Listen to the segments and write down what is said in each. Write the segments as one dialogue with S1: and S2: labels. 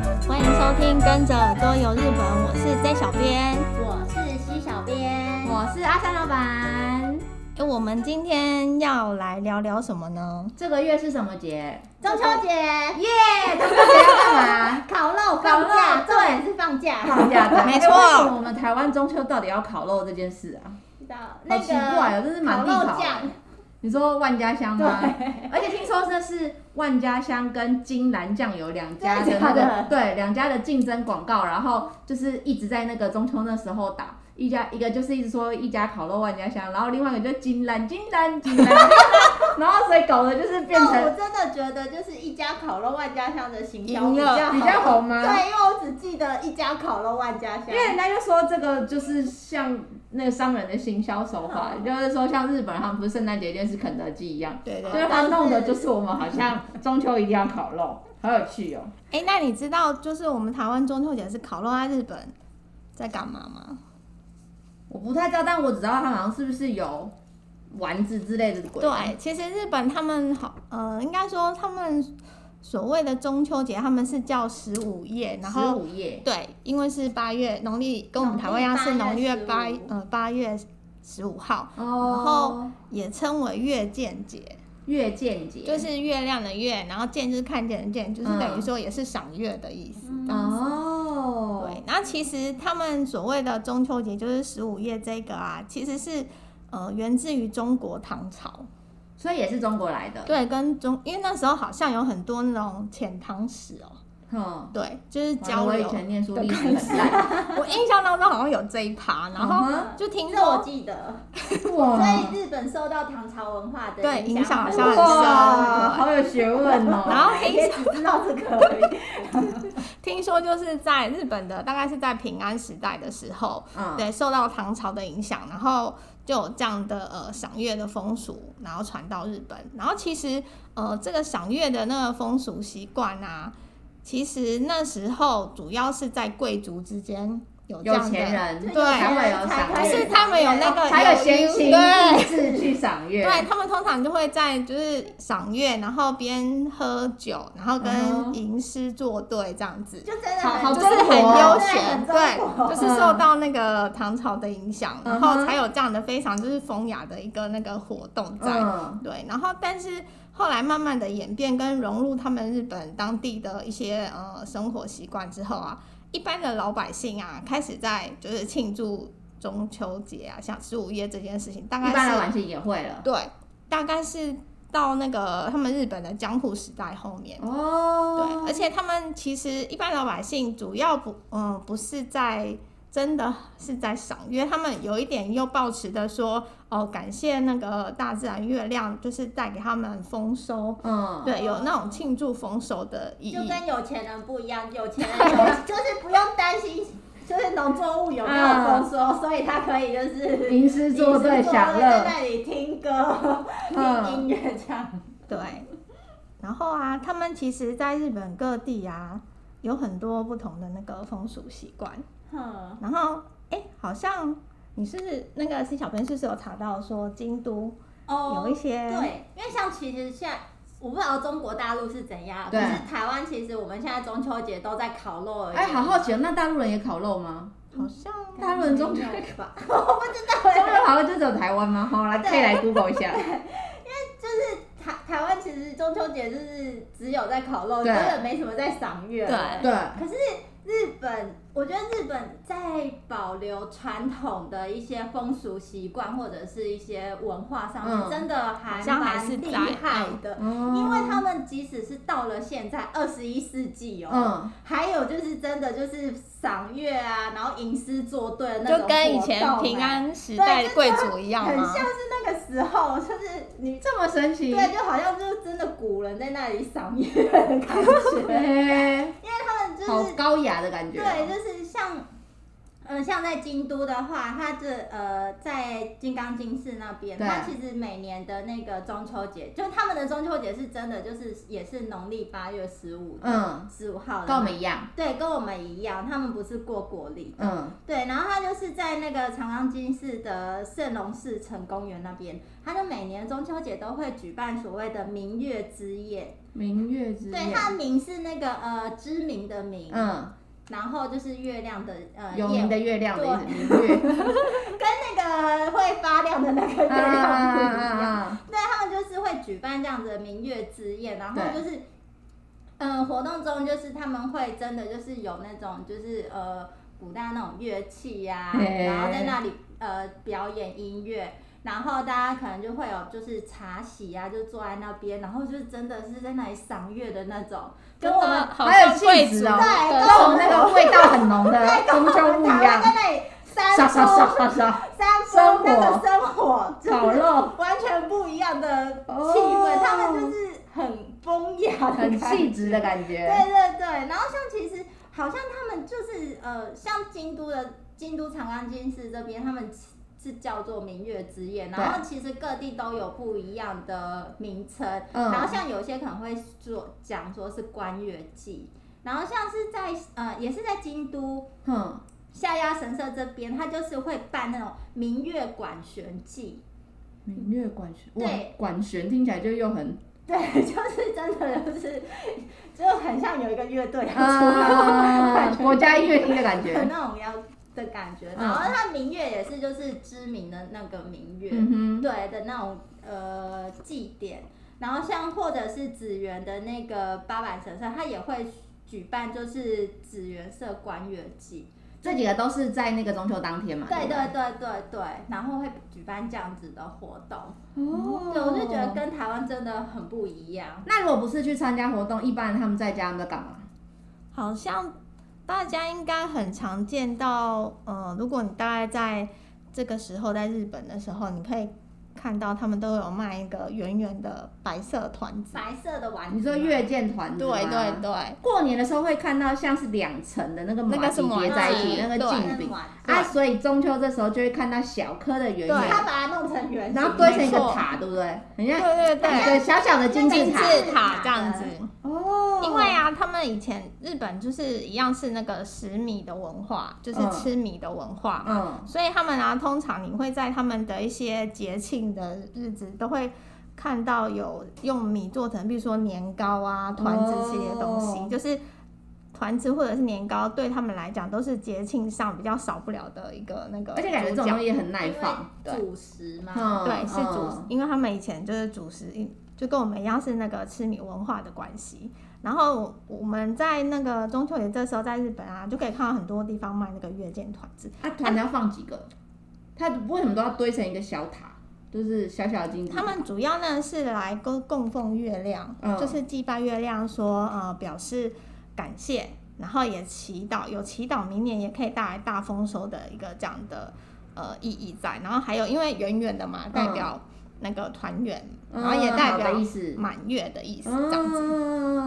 S1: 收听《跟着耳朵游日本》，我是 J 小编。
S2: 我是西小编，
S3: 我是阿三老板。
S1: 诶我们今天要来聊聊什么呢？
S3: 这个月是什么 节？
S2: 中秋节耶，
S3: 耶，中秋节要干嘛？
S2: 烤肉
S3: 烤
S2: 放
S3: 肉
S2: 假，重
S3: 对
S2: 点是放假。
S3: 放假的，
S1: 没错
S3: 哎为什么我们台湾中秋到底要烤肉这件事啊？
S2: 知道
S3: 好
S2: 那
S3: 奇怪哦，
S2: 个
S3: 这是
S2: 烤
S3: 满地
S2: 肉
S3: 烤。
S2: 酱，
S3: 你说万家香吗
S2: 对？
S3: 而且听说这是万家香跟金兰酱油两家的那
S2: 真的
S3: 个
S2: 假的
S3: 对两家的竞争广告，然后就是一直在那个中秋那时候打。一家一个就是一直说一家烤肉万家香，然后另外一个就金兰金兰金兰， 然后所以搞的就是变
S2: 那我
S3: 成
S2: 真的觉得就是一家烤肉万家香的行销
S1: 赢
S2: 比
S1: 了
S2: 较
S3: 比较
S2: 好。
S3: 红吗？
S2: 对，因为我只记得一家烤肉万家香
S3: 因，为人家就说这个就是像那个商人的行销手法，就是说像日本人他们不是圣诞节一定是肯德基一样，
S1: 对对
S3: 就是他弄的就是我们好像中秋一定要烤肉，好有趣哦。
S1: 哎、那你知道就是我们台湾中秋节是烤肉，在日本在干嘛吗？
S3: 我不太知道，但我只知道他好像是不是有丸子之类的鬼。
S1: 对，其实日本他们好，呃，应该说他们所谓的中秋节，他们是叫十五夜，然
S3: 十
S1: 后
S3: 五夜，
S1: 对，因为是八月农历跟我们台湾一样是农历八呃八月十五号，然后
S3: 哦，
S1: 也称为月见节。
S3: 月见节，
S1: 就是月亮的月，然后见就是看见的见，就是等于说也是赏月的意思。
S2: 嗯
S1: 这样子
S3: 哦，
S1: 对，那其实他们所谓的中秋节就是十五夜这个啊，其实是呃源自于中国唐朝，
S3: 所以也是中国来的，
S1: 对，跟中因为那时候好像有很多那种遣唐使哦，
S3: 嗯，
S1: 对，就是
S3: 完了
S1: 交
S3: 我以
S1: 流。
S3: 前念书历史很烂，
S1: 我印象当中好像有这一趴，然后
S3: 嗯
S1: 就听
S2: 这我
S1: 说
S2: 记得。
S3: 哼
S2: 所
S3: 哇
S2: 以日本受到唐朝文化的
S1: 对影响好像很深
S3: 哇，好有学问 哦。
S1: 然后
S2: 我也只知道这个而已。
S1: 听说就是在日本的大概是在平安时代的时候，
S3: 嗯，
S1: 对，受到唐朝的影响，然后就有这样的呃赏月的风俗，然后传到日本。然后其实呃这个赏月的那个风俗习惯啊，其实那时候主要是在贵族之间有这
S3: 有
S1: 样的，
S3: 钱人
S2: 对
S3: 才会有赏
S2: 就
S1: 就
S3: 月，
S1: 是他们有那个
S3: 才有闲情
S1: 对
S3: 逸致去赏月。
S1: 对他们通常就会在就是赏月，然后边喝酒，然后跟
S3: 嗯
S1: 吟诗作对这样子。
S2: 就真的
S3: 好
S2: 很
S1: 就
S3: 中
S1: 是
S3: 国
S1: 很
S3: 哦
S1: 悠
S2: 对
S1: 闲，
S2: 很中
S1: 对，
S2: 国
S1: 就是受到那个唐朝的影响，然
S3: 嗯
S1: 后
S3: 哼
S1: 才有这样的非常就是风雅的一个那个活动在。
S3: 嗯，
S1: 对，然后但是后来慢慢的演变跟融入他们日本当地的一些呃生活习惯之后啊，一般的老百姓啊开始在就是庆祝中秋节啊，像十五夜这件事情，大
S3: 一般的
S1: 概
S3: 晚
S1: 是
S3: 性也会了。
S1: 对，大概是到那个他们日本的江户时代后面。
S3: 哦
S1: 对，而且他们其实一般老百姓主要不，嗯，不是在真的是在赏月，他们有一点又抱持的说，哦，感谢那个大自然月亮，就是带给他们丰收，
S3: 嗯，
S1: 对，有那种庆祝丰收的意
S2: 哦就
S1: 义。
S2: 跟有钱人不一 样，有钱人有就是不用担心，就是农作物有没有丰收，所以他可以就是
S3: 嗯 吟诗作对享
S2: 在
S3: 乐，嗯
S2: 那里听歌、听音乐这样。
S1: 对，然后啊，他们其实在日本各地啊，有很多不同的那个风俗习惯。
S2: 哼，
S1: 然后，哎，好像你是那个 C 小编是不是有查到说京都有一
S2: 哦，
S1: 些、
S2: 对，因为像其实现在。我不知道中国大陆是怎样，可
S3: 对
S2: 是台湾其实我们现在中秋节都在烤肉而已。
S3: 哎，好好奇哦，那大陆人也烤肉吗？
S1: 好像
S3: 大陆人中秋
S2: 没有吧？我不知道
S3: 中秋烤肉就只有台湾吗？好，来
S2: 对
S3: 可以来 Google 一下。
S2: 台台湾其实中秋节就是只有在烤肉，
S3: 对
S2: 根本没什么在赏月。
S1: 对
S3: 对，
S2: 可是日本，我觉得日本在保留传统的一些风俗习惯或者是一些文化上面，
S3: 嗯
S2: 真的还
S1: 好像还是
S2: 蛮厉
S1: 在哎
S2: 害的。因
S3: 因
S2: 为他们即使是到了现在二十一世纪哦，
S3: 嗯，
S2: 还有就是真的就是赏月啊，然后吟诗作对的那种
S1: 就跟以前
S2: 活动啊
S1: 平安时代的贵族一样
S2: 很
S1: 吗
S2: 像？是那个时候，就是你
S3: 这么神奇，
S2: 对，就好像就是真的古人在那里赏月的感 觉，
S3: 哎，
S2: 他们就是
S3: 好高雅的感觉哦。
S2: 对，就是像，嗯、像在京都的话，它这呃，在金刚经寺那边，
S3: 对
S2: 它其实每年的那个中秋节，就他们的中秋节是真的，就是也是农历八月十五、
S3: 嗯，
S2: 十五号的嘛，
S3: 跟我们一样，
S2: 对，跟我们一样，他们不是过国历，
S3: 嗯，
S2: 对，然后他就是在那个长冈金市的圣龙寺城公园那边，他就每年中秋节都会举办所谓的明月之夜，
S3: 明月之
S2: 对，
S3: 夜，
S2: 它的明是那个呃知名的明，
S3: 嗯，
S2: 然后就是月亮的呃
S3: 有
S2: 夜
S3: 名的月亮的意思，明月
S2: 跟那个会发亮的那个月
S3: 啊
S2: 亮
S3: 啊
S2: 不
S3: 啊
S2: 一样。
S3: 啊 啊！
S2: 对，他们就是会举办这样子的明月之夜，然后
S3: 对
S2: 就是，嗯、活动中就是他们会真的就是有那种就是呃古代那种乐器呀、
S3: 嘿
S2: 然后在那里呃表演音乐。然后大家可能就会有就是茶席啊，就坐在那边，然后就是真的是在那里赏月的那种，跟我们
S1: 好
S3: 还有
S1: 像贵
S3: 气
S1: 族
S3: 质
S1: 的
S3: 哦
S2: 对
S3: 跟我们那个味道 很浓的中秋
S2: 我们
S3: 不一
S2: 台湾
S3: 样
S2: 在，那里
S3: 刷
S2: 三
S3: 刷
S2: 夫
S3: 刷刷刷，
S2: 三夫那
S3: 生
S2: 个
S3: 活
S2: 生活，就是
S3: 烤肉
S2: 完全不一样的气
S3: 哦
S2: 氛，他们就是很风雅的
S3: 很
S2: 感觉
S3: 气质的感
S2: 对
S3: 觉。
S2: 对对，然后像其实好像他们就是呃，像京都的京都长安京市这边，他们是叫做明月之夜，然后其实各地都有不一样的名称，
S3: 嗯
S2: 然后像有些可能会说讲说是观月季，然后像是在呃也是在京都
S3: 哼，
S2: 下鸭神社这边，它就是会办那种明月管弦 祭。
S3: 明月管弦，哇
S2: 对，
S3: 管弦听起来就又很
S2: 对，就是真的，就是就很像有一个乐队要出来，
S3: 啊， 国家音乐厅的感
S2: 有
S3: 觉。
S2: 那种要的感觉。然
S3: 嗯
S2: 后它明月也是就是知名的那个明月，
S3: 嗯
S2: 对的那种呃祭典。然后像或者是紫园的那个八坂神社，它也会举办就是紫园社官月祭。
S3: 哼，这几个都是在那个中秋当天嘛。
S2: 对
S3: 不
S2: 对对对对，然后会举办这样子的活动。
S3: 哦
S2: 嗯对，我就觉得跟台湾真的很不一样。
S3: 那如果不是去参加活动，一般人他们在家都在干嘛？
S1: 好像大家应该很常见到，呃，如果你大概在这个时候在日本的时候，你可以看到他们都有卖一个圆圆的白色团子。
S2: 白色的丸子吗，
S3: 你说月见团子
S1: 对
S3: 吗
S1: 对。对，
S3: 过年的时候会看到像是两层的那个
S1: 那
S3: 马
S1: 个是
S3: 蹄叠在一起，
S2: 马蹄
S3: 那个
S1: 对
S3: 镜饼
S2: 丸
S3: 啊，所以中秋这时候就会看到小颗的圆
S1: 对
S2: 他
S3: 圆，
S2: 把它弄成圆形，
S3: 然后堆成一个
S1: 没错
S3: 塔，对不对？很像
S1: 对对
S3: 一
S1: 对，
S3: 个小小的金字
S1: 金
S3: 塔。
S1: 字塔这样子。
S3: 哦
S1: 因为啊，他们以前日本就是一样是那个食米的文化，就是
S3: 嗯
S1: 吃米的文化嘛。
S3: 嗯，
S1: 所以他们啊，通常你会在他们的一些节庆的日子都会看到有用米做成，比如说年糕啊、团子这些东西，
S3: 哦
S1: 就是团子或者是年糕，对他们来讲都是节庆上比较少不了的一个那个，
S3: 而且感觉这种东。西很耐
S2: 因
S3: 放，
S2: 为主食嘛，
S3: 嗯，
S1: 对，是主，
S3: 嗯
S1: 因为他们以前就是主食，就跟我们一样是那个吃米文化的关系。然后我们在那个中秋节这时候在日本啊，就可以看到很多地方卖那个月见团子，
S3: 啊，团子要放几个？它为什么都要堆成一个小塔？就是小小的金字塔。
S1: 他们主要呢是来供供奉月亮，
S3: 嗯
S1: 就是祭拜月亮说，呃表示感谢，然后也祈祷，有祈祷明年也可以带来大丰收的一个这样的呃意义在。然后还有因为圆圆的嘛，
S3: 嗯
S1: 代表那个团圆，
S3: 嗯
S1: 然后也代
S3: 好
S1: 表
S3: 的意思
S1: 满月的意思这样子。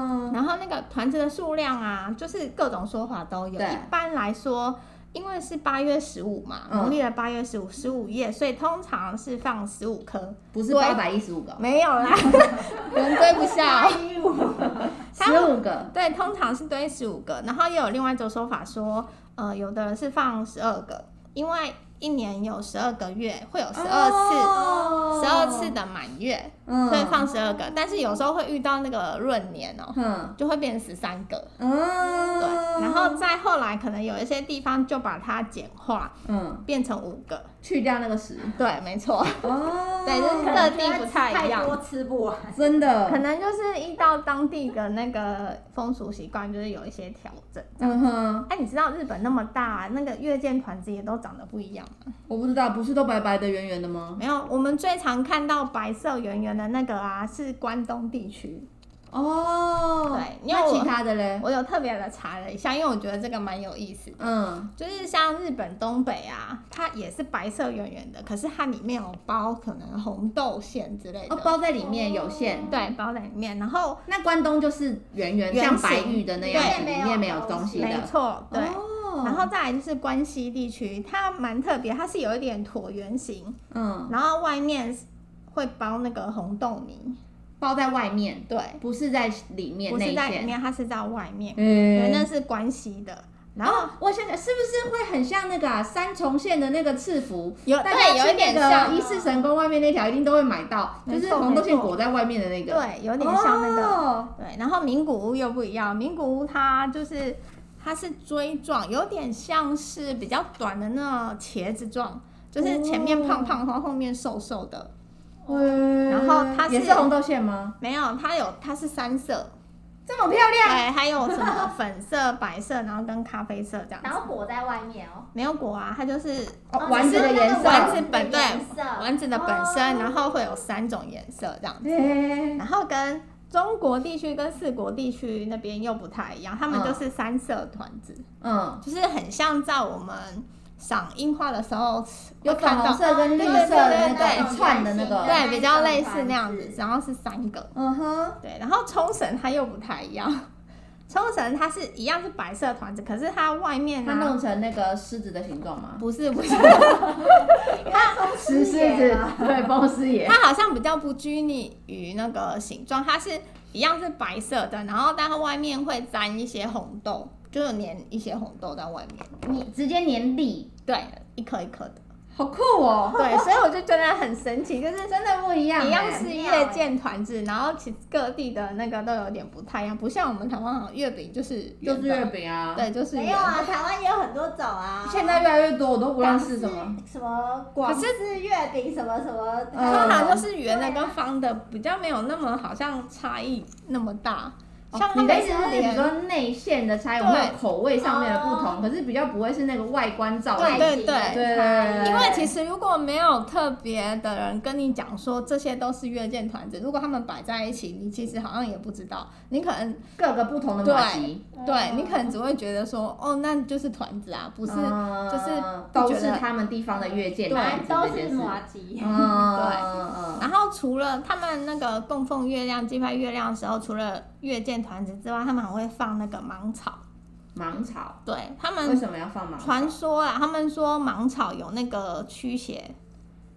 S3: 嗯，
S1: 然后那个团子的数量啊，就是各种说法都有。
S3: 对
S1: 一般来说，因为是八月十五嘛，
S3: 嗯
S1: 农历的八月十五，十五夜，所以通常是放十五颗。
S3: 不是
S1: 对
S3: 八百一十五个，
S1: 没有啦， 人堆不下。
S3: 十五个，
S1: 对，通常是堆十五个，然后也有另外一种说法说，呃，有的人是放十二个，因为一年有十二个月，会有十二次。
S3: 次
S1: 十二次，的满月，
S3: 嗯
S1: 所以放十二个，但是有时候会遇到那个闰年哦、
S3: 嗯
S1: 就会变十三个。
S3: 嗯，
S1: 对，然后再后来可能有一些地方就把它简化，
S3: 嗯，
S1: 变成五个。
S3: 去掉那个十，
S1: 对，没错，
S3: 哦，
S1: 对就是
S2: 可能
S1: 各
S2: 觉
S1: 地
S2: 得
S1: 不太一样
S2: 多吃不完。
S3: 真
S1: 可
S3: 的，
S1: 能就是依照当地的那个风俗习惯，就是有一些调整。
S3: 嗯哼，
S1: 哎、你知道日本那么大，啊那个月见团子也都长得不一样吗？
S3: 我不知道，不是都白白的、圆圆的吗？
S1: 没有，我们最常看到白色圆圆的那个啊，是关东地区。
S3: 哦，
S1: 对因为
S3: 那
S1: 我
S3: 其他的嘞，
S1: 我有特别的查了一下，因为我觉得这个蛮有意思的。
S3: 嗯，
S1: 就是像日本东北啊，它也是白色圆圆的，可是它里面有包可能红豆馅之类的，
S3: 哦，包在里面有馅，
S1: 对，包在里面。然后
S3: 那关东就是圆圆
S1: 圆
S3: 像
S1: 形
S3: 白玉的那样子，
S2: 对
S3: 里面没有东西
S2: 记
S1: 没
S3: 的，
S1: 错，对。
S3: 哦
S1: 然后再来就是关西地区，它蛮特别，它是有一点椭圆形，
S3: 嗯，
S1: 然后外面会包那个红豆泥，
S3: 包在外面，
S1: 对，
S3: 不是在里面，
S1: 不是在里
S3: 内馅，
S1: 面，它是在外面，对，
S3: 嗯
S1: 那是关西的。然后
S3: 我想想，是不是会很像那个、啊、三重县的那个赐福？
S1: 有
S3: 大家
S1: 对有一点
S3: 去那个
S1: 像
S3: 哦一啊世神宫外面那条一定都会买到，就
S1: 没错
S3: 是红豆馅裹在外面的那个，
S1: 对有点像那个，
S3: 哦
S1: 对，然后名古屋又不一样，名古屋它就是它是锥状，有点像是比较短的那种茄子状，就是前面胖胖，然后后面瘦瘦的。然后它是
S3: 也是红豆馅吗？
S1: 没有，它有它是三色，
S3: 这么漂亮，
S1: 对，还有什么粉色、白色，然后跟咖啡色这样
S2: 然
S1: 子。
S2: 后裹在外面哦。
S1: 没有果啊，它就是
S3: 哦
S2: 哦
S3: 丸子的颜
S2: 是
S3: 色，
S1: 丸
S2: 那
S1: 子
S2: 个
S1: 本对
S2: 颜色
S1: 丸子的本身，
S2: 哦
S1: 然后会有三种颜色这样子。
S3: 哎
S1: 然后跟中国地区跟四国地区那边又不太一样，他们
S3: 嗯
S1: 就是三色团子，
S3: 嗯，
S1: 就是很像在我们赏樱花的时候
S3: 有
S1: 会
S3: 粉
S1: 看
S3: 红
S1: 到，
S3: 色跟绿色的那个一串的那个，
S1: 对，比较类似那样
S2: 三
S1: 子
S2: 色，
S1: 然后是三个，
S3: 嗯哼，
S1: 对，然后冲绳它又不太一样， 冲绳它是一样是白色团子，可是它外面
S3: 它
S1: 呢、
S3: 弄成那个狮子的形状吗？
S1: 不 是不是，
S3: 狮狮子，对，包师爷，
S1: 它好像比较不拘泥于那个形状，它是一样是白色的，然后但它外面会沾一些红豆，就有粘一些红豆在外面。
S3: 你直接粘地，
S1: 对，一颗一颗的。
S3: 好酷哦，
S1: 对，所以我就觉得很神奇，就是
S3: 真的不一样，
S1: 一样
S3: 哎
S1: 是
S2: 很妙
S1: 月
S2: 欸
S1: 见团子，然后其实各地的那个都有点不太一样，不像我们台湾好像月饼就是
S3: 就是
S1: 圆
S3: 月
S1: 的，
S3: 饼啊，
S1: 对，就是
S2: 没
S1: 圆
S2: 有
S1: 的。
S2: 啊，台湾也有很多种啊。
S3: 现在越来越多，我都不
S2: 广
S3: 认
S2: 式
S3: 识什么。
S2: 什么广
S1: 可
S2: 式月饼什么什么，
S1: 通
S3: 啊嗯
S1: 常就是圆的跟方的比较没有那么好像差异那么大，像他
S3: 哦你的
S1: 们
S3: 意思
S1: 是
S3: 是，比如
S1: 连
S3: 说内馅的差异，我
S1: 对
S3: 们有口味上面的不同，
S2: 哦
S3: 可是比较不会是那个外观造
S1: 对
S3: 型。
S1: 对
S2: 外形
S1: 对
S2: 的
S3: 对
S2: 差异
S1: 因为其实如果没有特别的人跟你讲说这些都是月见团子，如果他们摆在一起，你其实好像也不知道，你可能
S3: 各个不同的马吉，
S2: 哦
S1: 对你可能只会觉得说哦，那就是团子啊，不
S3: 不
S1: 是、
S3: 就
S1: 就是
S3: 嗯都
S1: 不觉
S3: 是
S1: 得
S3: 他们地方的越界
S1: 对
S2: 反
S3: 男子
S2: 正
S3: 这
S2: 都
S3: 件
S2: 是
S3: 事
S2: 麻吉。
S3: 嗯嗯嗯
S1: 然后除了他们那个供奉月亮、祭拜月亮的时候，除了月见团子之外，他们还会放那个芒草。
S3: 嗯，芒草
S1: 对他
S3: 为
S1: 们
S3: 什么要放芒草？
S1: 传说啊，他们说芒草有那个驱邪，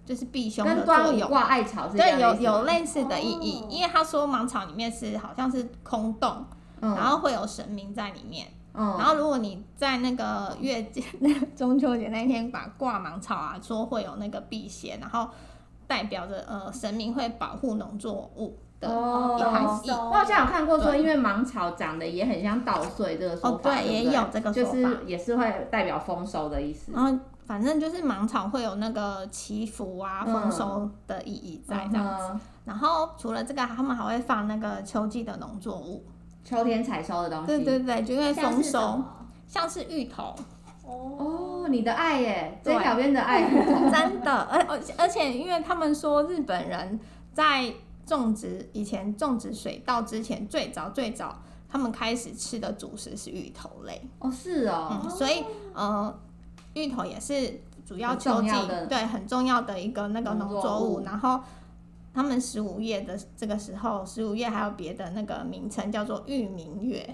S1: 就是避凶
S3: 跟
S1: 的
S3: 端
S1: 作
S3: 午
S1: 用。
S3: 挂艾草是一样
S1: 对，
S3: 的
S1: 有
S3: 意思
S1: 有
S3: 吗，
S1: 类似的意义
S2: 哦，
S1: 因为他说芒草里面是好像是空洞，
S3: 嗯
S1: 然后会有神明在里面。然
S3: 嗯
S1: 后如果你在那个月见、那个 中秋节那天把挂芒草啊，说会有那个辟邪，然后代表着呃神明会保护农作物的一
S3: 哦
S1: 含
S2: 哦
S1: 义。
S3: 我好像有看过说，
S1: 对
S3: 因为芒草长得也很像稻穗这个说
S1: 哦，
S3: 法，
S1: 对，也
S3: 不
S1: 有这个说
S3: 就
S1: 法。
S3: 是也是会代表丰收的意思。
S1: 然后反正就是芒草会有那个祈福啊、
S3: 嗯
S1: 丰收的意义在这样。
S3: 嗯哼
S1: 然后除了这个，他们还会放那个秋季的农作物。
S3: 秋天采收的东西。
S1: 对对对，就因为
S2: 像
S1: 丰
S2: 是什
S1: 收，
S2: 么
S1: 像是芋头，
S2: 哦
S3: 哦，你的爱耶，这
S1: 对
S3: 条边 的爱，
S1: 真的，而而且而且，因为他们说日本人在种植以前种植水稻之前，最早最早他们开始吃的主食是芋头类，
S3: 哦是哦，
S1: 嗯，所以呃，芋头也是主要
S3: 很
S1: 秋
S3: 重
S1: 季
S3: 要的
S1: 对很重要的一个那个
S3: 农
S1: 农
S3: 作
S1: 作物，
S3: 物
S1: 然后。他们十五夜的这个时候，十五夜还有别的那个名称叫做玉明月，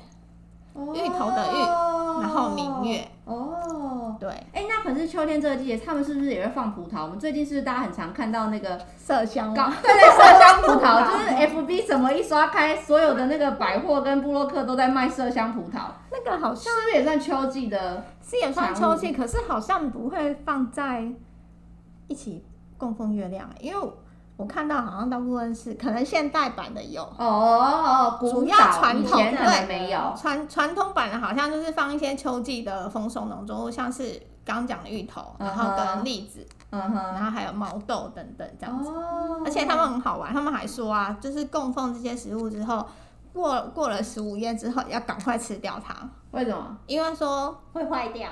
S1: 芋头哦的芋
S3: 芋
S1: 然后明。月，
S3: 哦，
S1: 对，
S3: 哎，那可是秋天这个季节，他们是不是也会放葡萄？我们最近是不是大家很常看到那个
S1: 麝香
S3: 高，对对，麝香葡 萄，就是 FB 怎么一刷开，所有的那个百货跟布洛克都在卖麝香葡萄，
S1: 那个好像。
S3: 是不是也算秋季的？
S1: 是也算秋季，可是好像不会放在一起供奉月亮、欸因为我看到好像大部分是可能现代版的有，
S3: 哦哦，古
S1: 主要
S3: 早
S1: 传
S3: 以
S1: 统
S3: 前可
S1: 对
S3: 能没有。
S1: 传传统版的好像就是放一些秋季的丰收农作物，像是刚讲的芋头，
S3: 嗯
S1: 然
S3: 哼
S1: 后跟栗子，
S3: 嗯哼，
S1: 然后还有毛豆等等这样子。
S3: 哦
S1: 而且他们很好玩，他们还说啊，就是供奉这些食物之后，过过了十五夜之后要赶快吃掉它，
S3: 为什么？
S1: 因为说
S2: 会坏掉，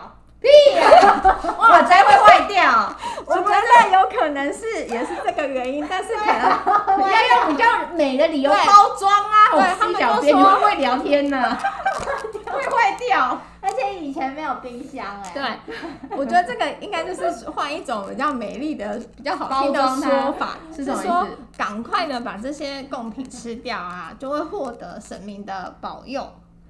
S3: 哇，摘会 坏掉。
S1: 我觉得有可能是也是这个原因，但是可能
S3: 要用比较美的理由
S1: 对
S3: 包装啊！
S1: 对
S3: 我是
S1: 他们都
S3: 小编，你
S1: 说
S3: 会不会聊天呢、 会坏掉。
S2: 而且以前没有冰箱哎。。
S1: 对，我觉得这个应该就是换一种比较美丽的、比较好听的
S3: 包装它
S1: 说法，
S3: 是什
S1: 就
S3: 么意
S1: 说
S3: 思
S1: 赶快的把这些贡品吃掉啊，就会获得神明的保佑，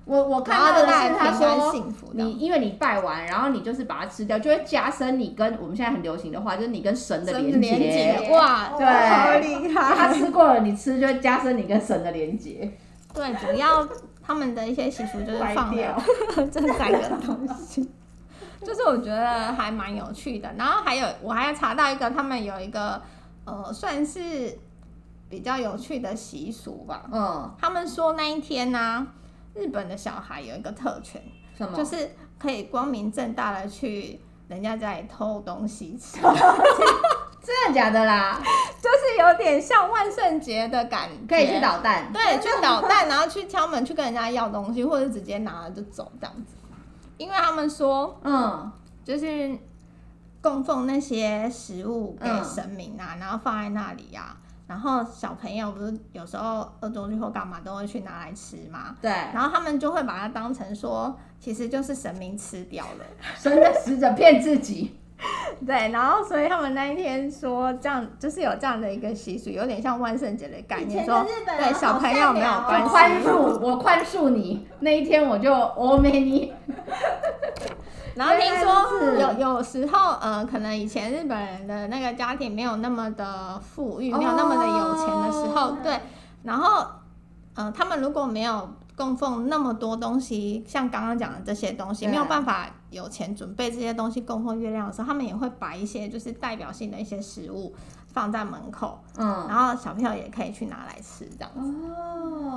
S3: 我我
S1: 然
S3: 看
S1: 后
S3: 到
S1: 就
S3: 的
S1: 带
S3: 是
S1: 来
S3: 他
S1: 平安
S3: 说，
S1: 幸福的。
S3: 你因为你拜完，然后你就是把它吃掉，就会加深你跟我们现在很流行的话，就是你跟神的
S1: 真的
S3: 连
S1: 连
S3: 接。
S1: 结哇，
S2: 哦
S1: 对，好厉
S3: 他
S1: 害。
S3: 吃过了，你吃就会加深你跟神的连接。
S1: 对，主要他们的一些习俗就是
S3: 坏
S1: 放了
S3: 掉。
S1: 这三个东西，就是我觉得还蛮有趣的。然后还有，我还查到一个，他们有一个呃，算是比较有趣的习俗吧。
S3: 嗯，
S1: 他们说那一天呢、日本的小孩有一个特权，
S3: 什么？
S1: 就是可以光明正大的去人家家里偷东西吃，
S3: 真的假的啦？
S1: 就是有点像万圣节的感觉，
S3: 可以去捣蛋，
S1: 对，去捣蛋，然后去敲门，去跟人家要东西，或者直接拿了就走这样子。因为他们说，
S3: 嗯，
S1: 就是供奉那些食物给
S3: 嗯
S1: 神明啊，然后放在那里啊，然后小朋友不是有时候恶作剧或干嘛都会去拿来吃嘛，
S3: 对，
S1: 然后他们就会把它当成说，其实就是神明吃掉了。
S3: 神的使者骗自己，
S1: 对，然后所以他们那一天说这样，就是有这样的一个习俗，有点像万圣节的概
S2: 以
S1: 念，
S2: 前
S1: 说
S2: 的日本人
S1: 对小
S2: 好
S1: 朋友
S2: 善
S1: 没有
S2: 良哦
S1: 关
S3: 我
S1: 系，
S3: 宽恕，我宽恕你。那一天我就我没你，
S1: 然后听说
S3: 原来如
S1: 有
S3: 此
S1: 有时候，呃，可能以前日本人的那个家庭没有那么的富裕，
S3: 哦
S1: 没有那么的有钱的时候，
S2: 嗯
S1: 对，然后，呃，他们如果没有供奉那么多东西，像刚刚讲的这些东西，
S3: 对
S1: 没有办法有钱准备这些东西供奉月亮的时候，他们也会摆一些就是代表性的一些食物放在门口，
S3: 嗯，
S1: 然后小朋友也可以去拿来吃，这样子，
S3: 哦。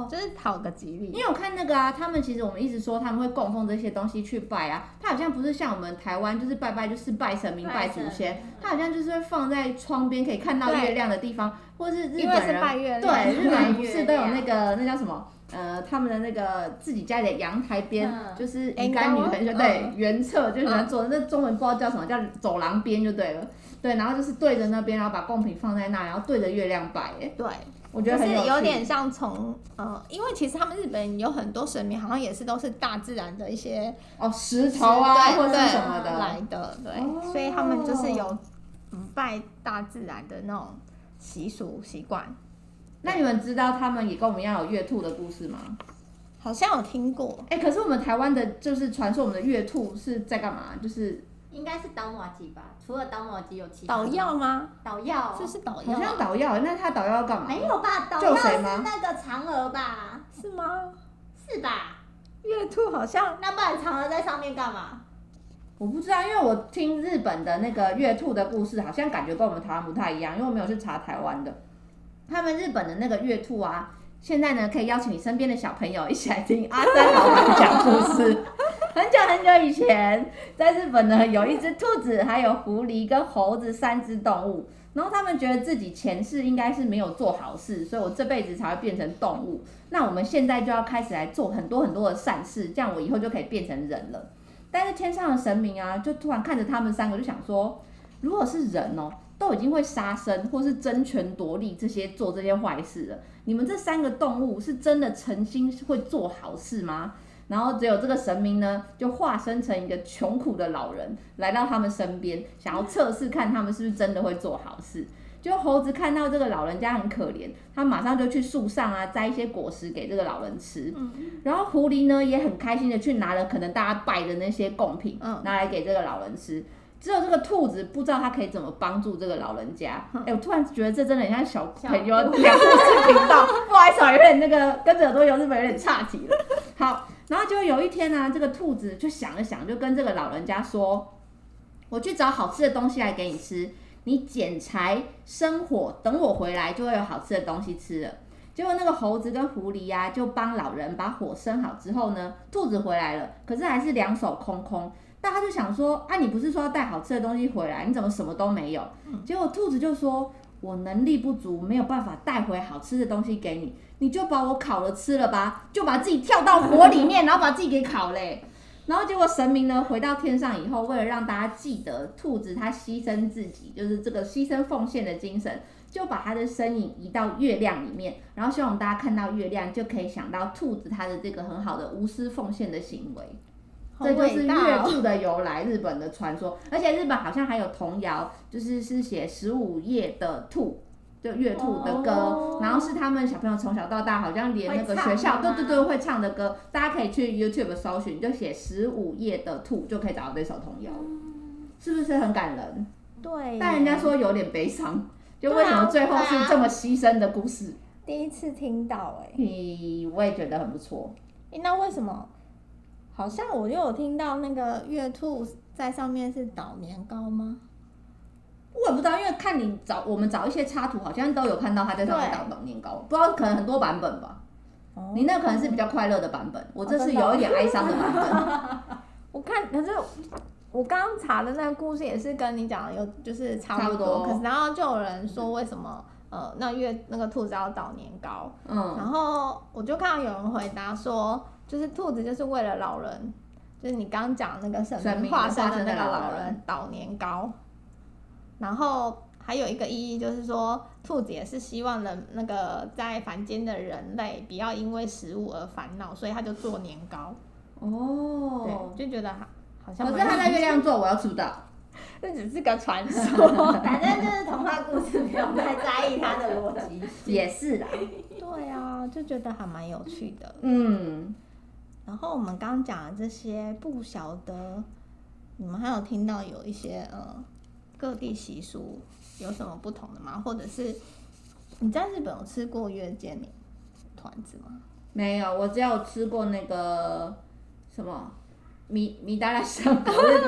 S1: 就是讨个吉利。
S3: 因为我看那个啊，他们其实我们一直说他们会供奉这些东西去拜啊，他好像不是像我们台湾就是拜拜就是拜神明拜
S2: 拜
S3: 祖
S2: 神
S3: 先
S2: 明，
S3: 他好像就是会放在窗边可以看到
S1: 对
S3: 月亮的地方，或是日
S1: 因为
S3: 本
S1: 是
S3: 人
S1: 拜月亮，
S3: 对日本人不是都有
S2: 拜
S3: 那
S2: 月
S3: 个那叫什么呃他们的那个自己家里的阳台边、
S2: 嗯
S3: 就是
S1: 哎
S3: 鱼干女
S1: 你知道吗
S3: 很
S1: 嗯
S3: 喜欢对原侧就喜欢坐，那中文不知道叫什么叫走廊边就对了，对，然后就是对着那边，然后把贡品放在那，然后对着月亮拜，哎，
S1: 对。
S3: 我觉得
S1: 就
S3: 很
S1: 是
S3: 有
S1: 有
S3: 趣
S1: 点像从呃，因为其实他们日本有很多神明，好像也是都是大自然的一些
S3: 哦石头啊
S1: 对
S3: 或者
S1: 对嗯
S3: 是什么的
S1: 来的，对，
S3: 哦
S1: 所以他们就是有嗯拜大自然的那种习俗习惯，
S3: 那你们知道他们也跟我们一样有月兔的故事吗？
S1: 好像有听过，
S3: 哎、可是我们台湾的，就是传说我们的月兔是在干嘛？就是
S2: 应该是倒麻吉吧？除了倒麻吉有其他
S1: 捣药吗？
S2: 倒药
S1: 这是捣
S3: 好
S1: 药
S3: 像捣药，那他捣药要干嘛？
S2: 没有吧？倒
S3: 救
S2: 药
S3: 谁
S2: 是
S3: 吗
S2: 那个嫦娥吧？
S1: 是吗？
S2: 是吧？
S1: 月兔好 像
S2: 那不然嫦娥在上面干嘛？
S3: 我不知道，因为我听日本的那个月兔的故事，好像感觉跟我们台湾不太一样，因为我没有去查台湾的。他们日本的那个月兔啊，现在呢可以邀请你身边的小朋友一起来听阿三老板讲故事。很久很久以前，在日本呢有一只兔子，还有狐狸跟猴子三只动物。然后他们觉得自己前世应该是没有做好事，所以我这辈子才会变成动物。那我们现在就要开始来做很多很多的善事，这样我以后就可以变成人了。但是天上的神明啊，就突然看着他们三个，就想说，如果是人哦，都已经会杀生或是争权夺利这些做这些坏事了，你们这三个动物是真的诚心会做好事吗？然后只有这个神明呢，就化身成一个穷苦的老人，来到他们身边，想要测试看他们是不是真的会做好事。就猴子看到这个老人家很可怜，他马上就去树上啊摘一些果实给这个老人吃。然后狐狸呢也很开心的去拿了可能大家拜的那些贡品，
S1: 嗯
S3: 拿来给这个老人吃。只有这个兔子不知道它可以怎么帮助这个老人家。哎、我突然觉得这真的很像小朋友
S2: 小
S3: 讲故 事频道，不好意思啊，有点那个跟着耳朵游日本有点岔题了。好，然后就有一天呢、啊这个兔子就想了想，就跟这个老人家说：“我去找好吃的东西来给你吃，你捡柴生火，等我回来就会有好吃的东西吃了。”结果那个猴子跟狐狸呀、就帮老人把火生好之后呢，兔子回来了，可是还是两手空空。但他就想说，啊，你不是说要带好吃的东西回来，你怎么什么都没有？结果兔子就说，我能力不足，没有办法带回好吃的东西给你，你就把我烤了吃了吧，就把自己跳到火里面，然后把自己给烤嘞。 然后结果神明呢回到天上以后，为了让大家记得兔子它牺牲自己，就是这个牺牲奉献的精神，就把它的身影移到月亮里面，然后希望大家看到月亮就可以想到兔子它的这个很好的无私奉献的行为。
S1: 好
S3: 这就是
S1: 伟大
S3: 月
S1: 哦，
S3: 兔的由来，日本的传说，而且日本好像还有童谣，就是是写十五夜的兔，就月兔的歌，
S2: 哦
S3: 然后是他们小朋友从小到大好像连那个
S2: 会唱
S3: 学校，对
S2: 的吗
S3: 对对，会唱的歌，大家可以去 YouTube 搜寻，就写十五夜的兔，就可以找到这首童谣，
S2: 嗯
S3: 是不是很感人？
S1: 对，
S3: 但人家说有点悲伤，就
S2: 啊
S3: 为什么最后是这么牺牲的故事？
S1: 第一次听到哎、
S3: 你我也觉得很不错，
S1: 诶那为什么？好像我就有听到那个月兔在上面是捣年糕吗？
S3: 我也不知道，因为看你找我们找一些插图，好像都有看到他在上面
S1: 对
S3: 打捣年糕，不知道可能很多版本吧。
S1: 哦
S3: 你那可能是比较快乐的版本，我这是有一点哀伤的版 本。
S1: 我看，可是我刚刚查的那个故事也是跟你讲的有，就是差不
S3: 差不多
S1: 可是然后就有人说为什么呃那月那个兔子要倒年糕，
S3: 嗯，
S1: 然后我就看到有人回答说，就是兔子就是为了老人，就是你刚讲那个
S3: 神
S1: 神
S3: 明
S1: 明化身的那
S3: 化身的
S1: 个
S3: 老
S1: 老
S3: 人
S1: 人倒年糕，然后。还有一个意义就是说，兔子也是希望人那个在凡间的人类不要因为食物而烦恼，所以他就做年糕，
S3: 哦，
S1: 对，就觉得好好像
S3: 可
S1: 蛮。
S3: 是他在月亮座，我要出道。
S1: 这只是个传说。
S2: 反正就是童话故事，不用太在意它的逻辑。
S3: 也是啦，
S1: 对啊，就觉得还蛮有趣的。
S3: 嗯，
S1: 然后我们刚刚讲的这些，不晓得你们还有听到有一些呃各地习俗有什么不同的吗？或者是你在日本有吃过月见面团子吗？
S3: 没有，我只有吃过那个什么米米达拉香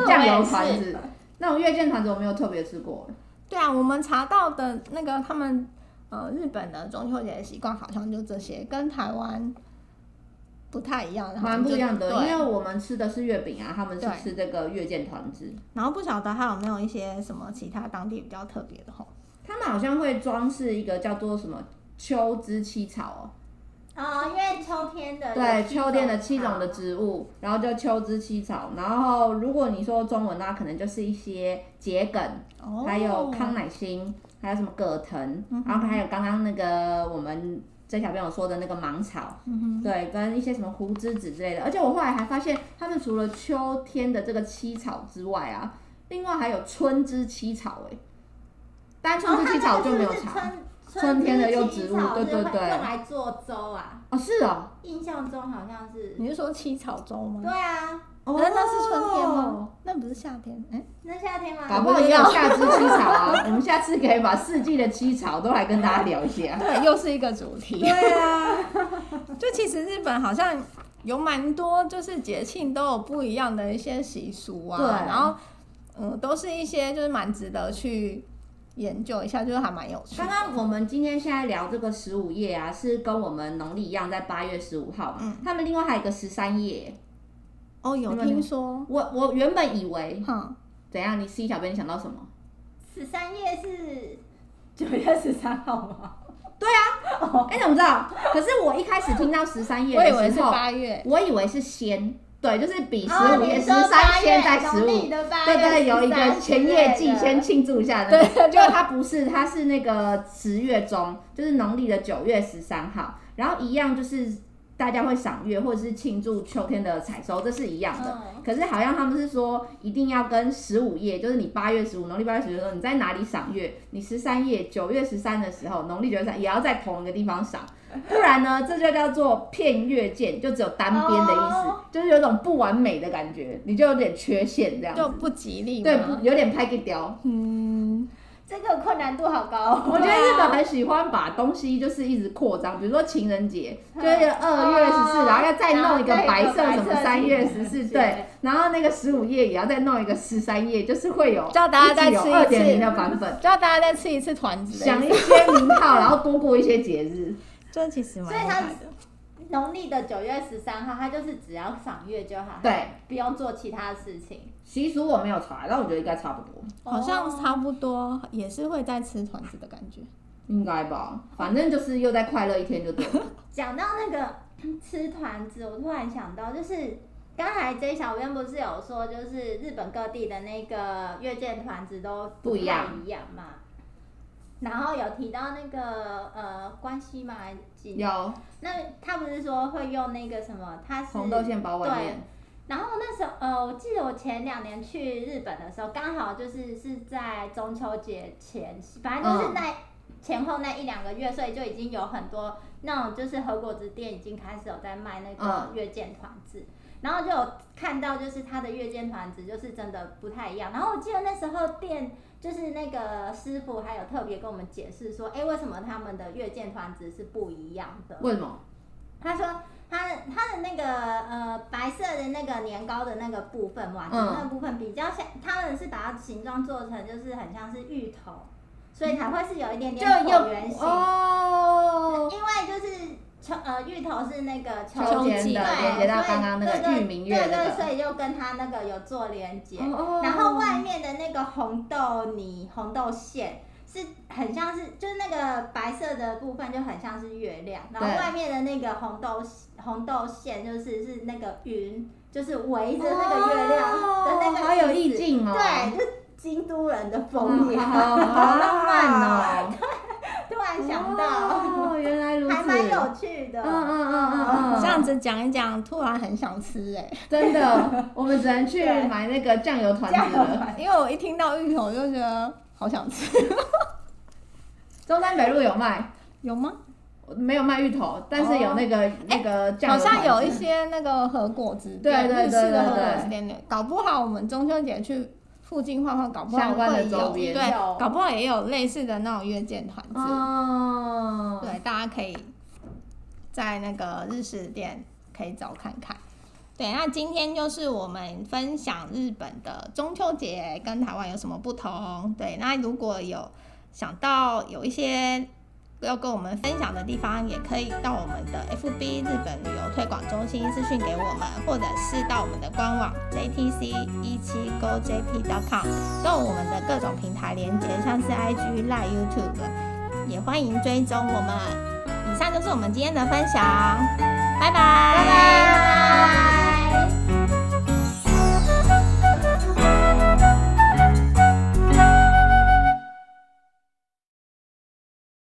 S3: 酱油团 子，那种月见团子我没有特别吃过。
S1: 对啊，我们查到的那个他们呃日本的中秋节的习惯好像就这些，跟台湾不太一样，
S3: 蛮不一样的，
S1: 哦好像就
S3: 因
S1: 对
S3: 为我们吃的是月饼啊，他们是
S1: 对
S3: 吃这个月见团子，
S1: 然后不晓得还有没有一些什么其他当地比较特别的吼。
S3: 他们好像会装饰一个叫做什么秋之七草
S2: 啊、因为秋天
S3: 哦，
S2: 的
S3: 对，
S2: 有七种
S3: 秋天的七种的
S2: 草
S3: 植物，然后叫秋之七草。然后如果你说中文的话，可能就是一些桔梗，
S1: 哦
S3: 还有康乃馨，还有什么葛藤，然后还有刚刚那个我们这小朋友说的那个芒草，对，跟一些什么胡枝子之类的。而且我后来还发现，他们除了秋天的这个七草之外啊，另外还有春之七草、欸，哎，单
S2: 然后它这个
S3: 春之七草就是没有
S2: 不哦是
S3: 查。
S2: 春
S3: 春天的又
S2: 之
S3: 植物
S2: 七草
S3: 对对
S2: 是会
S3: 对
S2: 用来做粥啊，
S3: 哦，是哦，
S2: 印象中好像是。
S1: 你是说七草粥吗？
S2: 对啊，
S3: 哦，
S1: 那那是春天吗？那不是夏天？哎、
S2: 那夏天吗？
S3: 搞不好
S1: 不
S3: 也
S1: 一
S3: 有
S1: 样
S3: 夏之七草 啊！我们下次可以把四季的七草都来跟大家聊一下。
S1: 对，又是一个主题。
S3: 对啊，
S1: 就其实日本好像有蛮多，就是节庆都有不一样的一些习俗啊。
S3: 对
S1: 然后，嗯，都是一些就是蛮值得去研究一下，就是还蛮有趣的
S3: 刚。刚我们今天现在聊这个十五夜啊，是跟我们农历一样，在八月十五号嘛。他们另外还有一个十三夜，
S1: 哦，有
S3: 你们
S1: 听说？
S3: 我我原本以为
S1: 哈、
S3: 怎样？你 C 小编你想到什么？
S2: 十三夜是 九月十三号吗？
S3: 哎、怎么知道？可是我一开始听到十三夜
S1: 我以为
S3: 的
S1: 是
S3: 时候，
S1: 八月。
S3: 我以为是先，对，就是比十
S2: 哦
S3: 五夜
S2: 你
S3: 十
S2: 说八
S3: 三
S2: 月
S3: 先在十
S2: 农
S3: 五
S2: 历。的八
S3: 对
S2: 月
S3: 对对，有一个
S2: 13
S3: 前
S2: 之
S3: 夜
S2: 类
S3: 祭
S2: 的嗯
S3: 先庆祝一下的那
S1: 对
S3: 个，
S1: 对
S3: 就它不是，它是那个十月中，就是农历的九月十三号，然后一样就是大家会赏月或者是庆祝秋天的采收，这是一样的。
S2: 嗯
S3: 可是好像他们是说一定要跟十五夜，就是你八月十五，农历八月十五的时候你在哪里赏月，你十三夜九月十三的时候，农历九月三也要在同一个地方赏，不然呢这就叫做片月见，就只有单边的意思，
S2: 哦
S3: 就是有种不完美的感觉，你就有点缺陷这样子
S1: 就不吉利
S3: 对，
S1: 吗
S3: 不有点拍给雕。
S1: 嗯，
S2: 这个困难度好高哦、
S3: 我觉得日本很喜欢把东西就是一直扩张，比如说情人节，就
S2: 嗯
S3: 是二月十四，
S2: 哦
S3: 然后要再弄一个白色
S2: 然后再一个
S3: 什么
S2: 白色
S3: 三月
S2: 情
S3: 十
S2: 人
S3: 四，
S2: 节
S3: 对，然后那个十五页也要再弄一个十三页，就是会有
S1: 叫大家再吃
S3: 二
S1: 一
S3: 点零
S1: 次，
S3: 的 版本，
S1: 叫大家再吃一次团子的意思。
S3: 想一些名号，然后多过一些节日。
S1: 这其实蛮
S2: 所以
S1: 厉
S2: 它
S1: 害的。
S2: 农历的九月十三号，它就是只要赏月就好，
S3: 对，
S2: 不用做其他事情。
S3: 习俗我没有查，但我觉得应该差不多，
S1: 好像
S2: 哦
S1: 差不多也是会在吃团子的感觉。
S3: 应该吧，反正就是又再快乐一天就对了。
S2: 讲到那个吃团子，我突然想到，就是刚才 J 小编不是有说，就是日本各地的那个月见团子都
S3: 不一样
S2: 太一样嘛。然后有提到那个呃关西嘛，还是几
S3: 有
S2: 那他不是说会用那个什么，它是
S3: 红豆馅包外面，
S2: 然后那时候，呃，我记得我前两年去日本的时候，刚好就是是在中秋节前，反正就是那、前后那一两个月，所以就已经有很多那种就是和果子店已经开始有在卖那个
S3: 嗯
S2: 月见团子，然后就有看到就是它的月见团子就是真的不太一样。然后我记得那时候店就是那个师傅还有特别跟我们解释说，哎，为什么他们的月见团子是不一样的？
S3: 为什么？
S2: 他说他的他的那个呃白色的那个年糕的那个部分，碗子
S3: 嗯
S2: 那个部分比较像，他们是把它形状做成就是很像是芋头，所以才会是有一点
S3: 就
S2: 点椭圆
S3: 又
S2: 形。
S3: 哦，
S2: 因为就是秋呃芋头是那个秋
S3: 秋
S1: 天
S3: 天
S1: 季
S3: 的
S1: 对
S3: 连接到刚刚那个
S2: 对
S3: 玉明月
S2: 对
S3: 那
S2: 对，
S3: 个，
S2: 所以就跟它那个有做连接。
S3: 哦
S2: 然后外面的那个红豆泥、红豆馅是很像是，就是那个白色的部分就很像是月亮，然后
S3: 对
S2: 外面的那个红豆红豆馅就是是那个云，就是围着
S3: 哦
S2: 那个月亮的那个、
S3: 好有意。境哦，
S2: 对，就是京都人的风
S3: 嗯，
S2: 雅，
S3: 好好浪漫哦，
S2: 突然 想到，
S3: 哦，原来如此，
S2: 还蛮有趣的。
S3: 嗯嗯嗯嗯嗯，
S1: 这 样子讲一讲，突然很想吃 哎、
S3: 真的，我们只能去
S2: 对
S3: 买那个酱油团子
S2: 酱油
S3: 了。
S2: 团
S1: 因为我一听到芋头就觉得好想吃，
S3: 中山北路有卖，
S1: 有吗？
S3: 没有卖芋头，但是有那个、
S2: 哦
S3: 那
S2: 哎
S3: 个酱
S1: 好
S3: 油团子
S1: 像有一些那个和果子店，
S3: 对对对
S1: 日式的和
S3: 对对
S1: 果子店，搞不好我们中秋节去附近晃晃，搞不好
S3: 相关的
S1: 会
S3: 周
S1: 有，
S3: 边
S1: 对
S2: 有，
S1: 搞不好也有类似的那种约见团子，
S3: 哦，
S1: 对，大家可以在那个日式店可以找看看。对，那今天就是我们分享日本的中秋节跟台湾有什么不同。对，那如果有想到有一些要跟我们分享的地方，也可以到我们的 FB 日本旅游推广中心私讯给我们，或者是到我们的官网 JTC 一七 GoJP.com，到我们的各种平台连接，像是 IG、Line、YouTube，也欢迎追踪我们。以上就是我们今天的分享，拜拜，拜拜。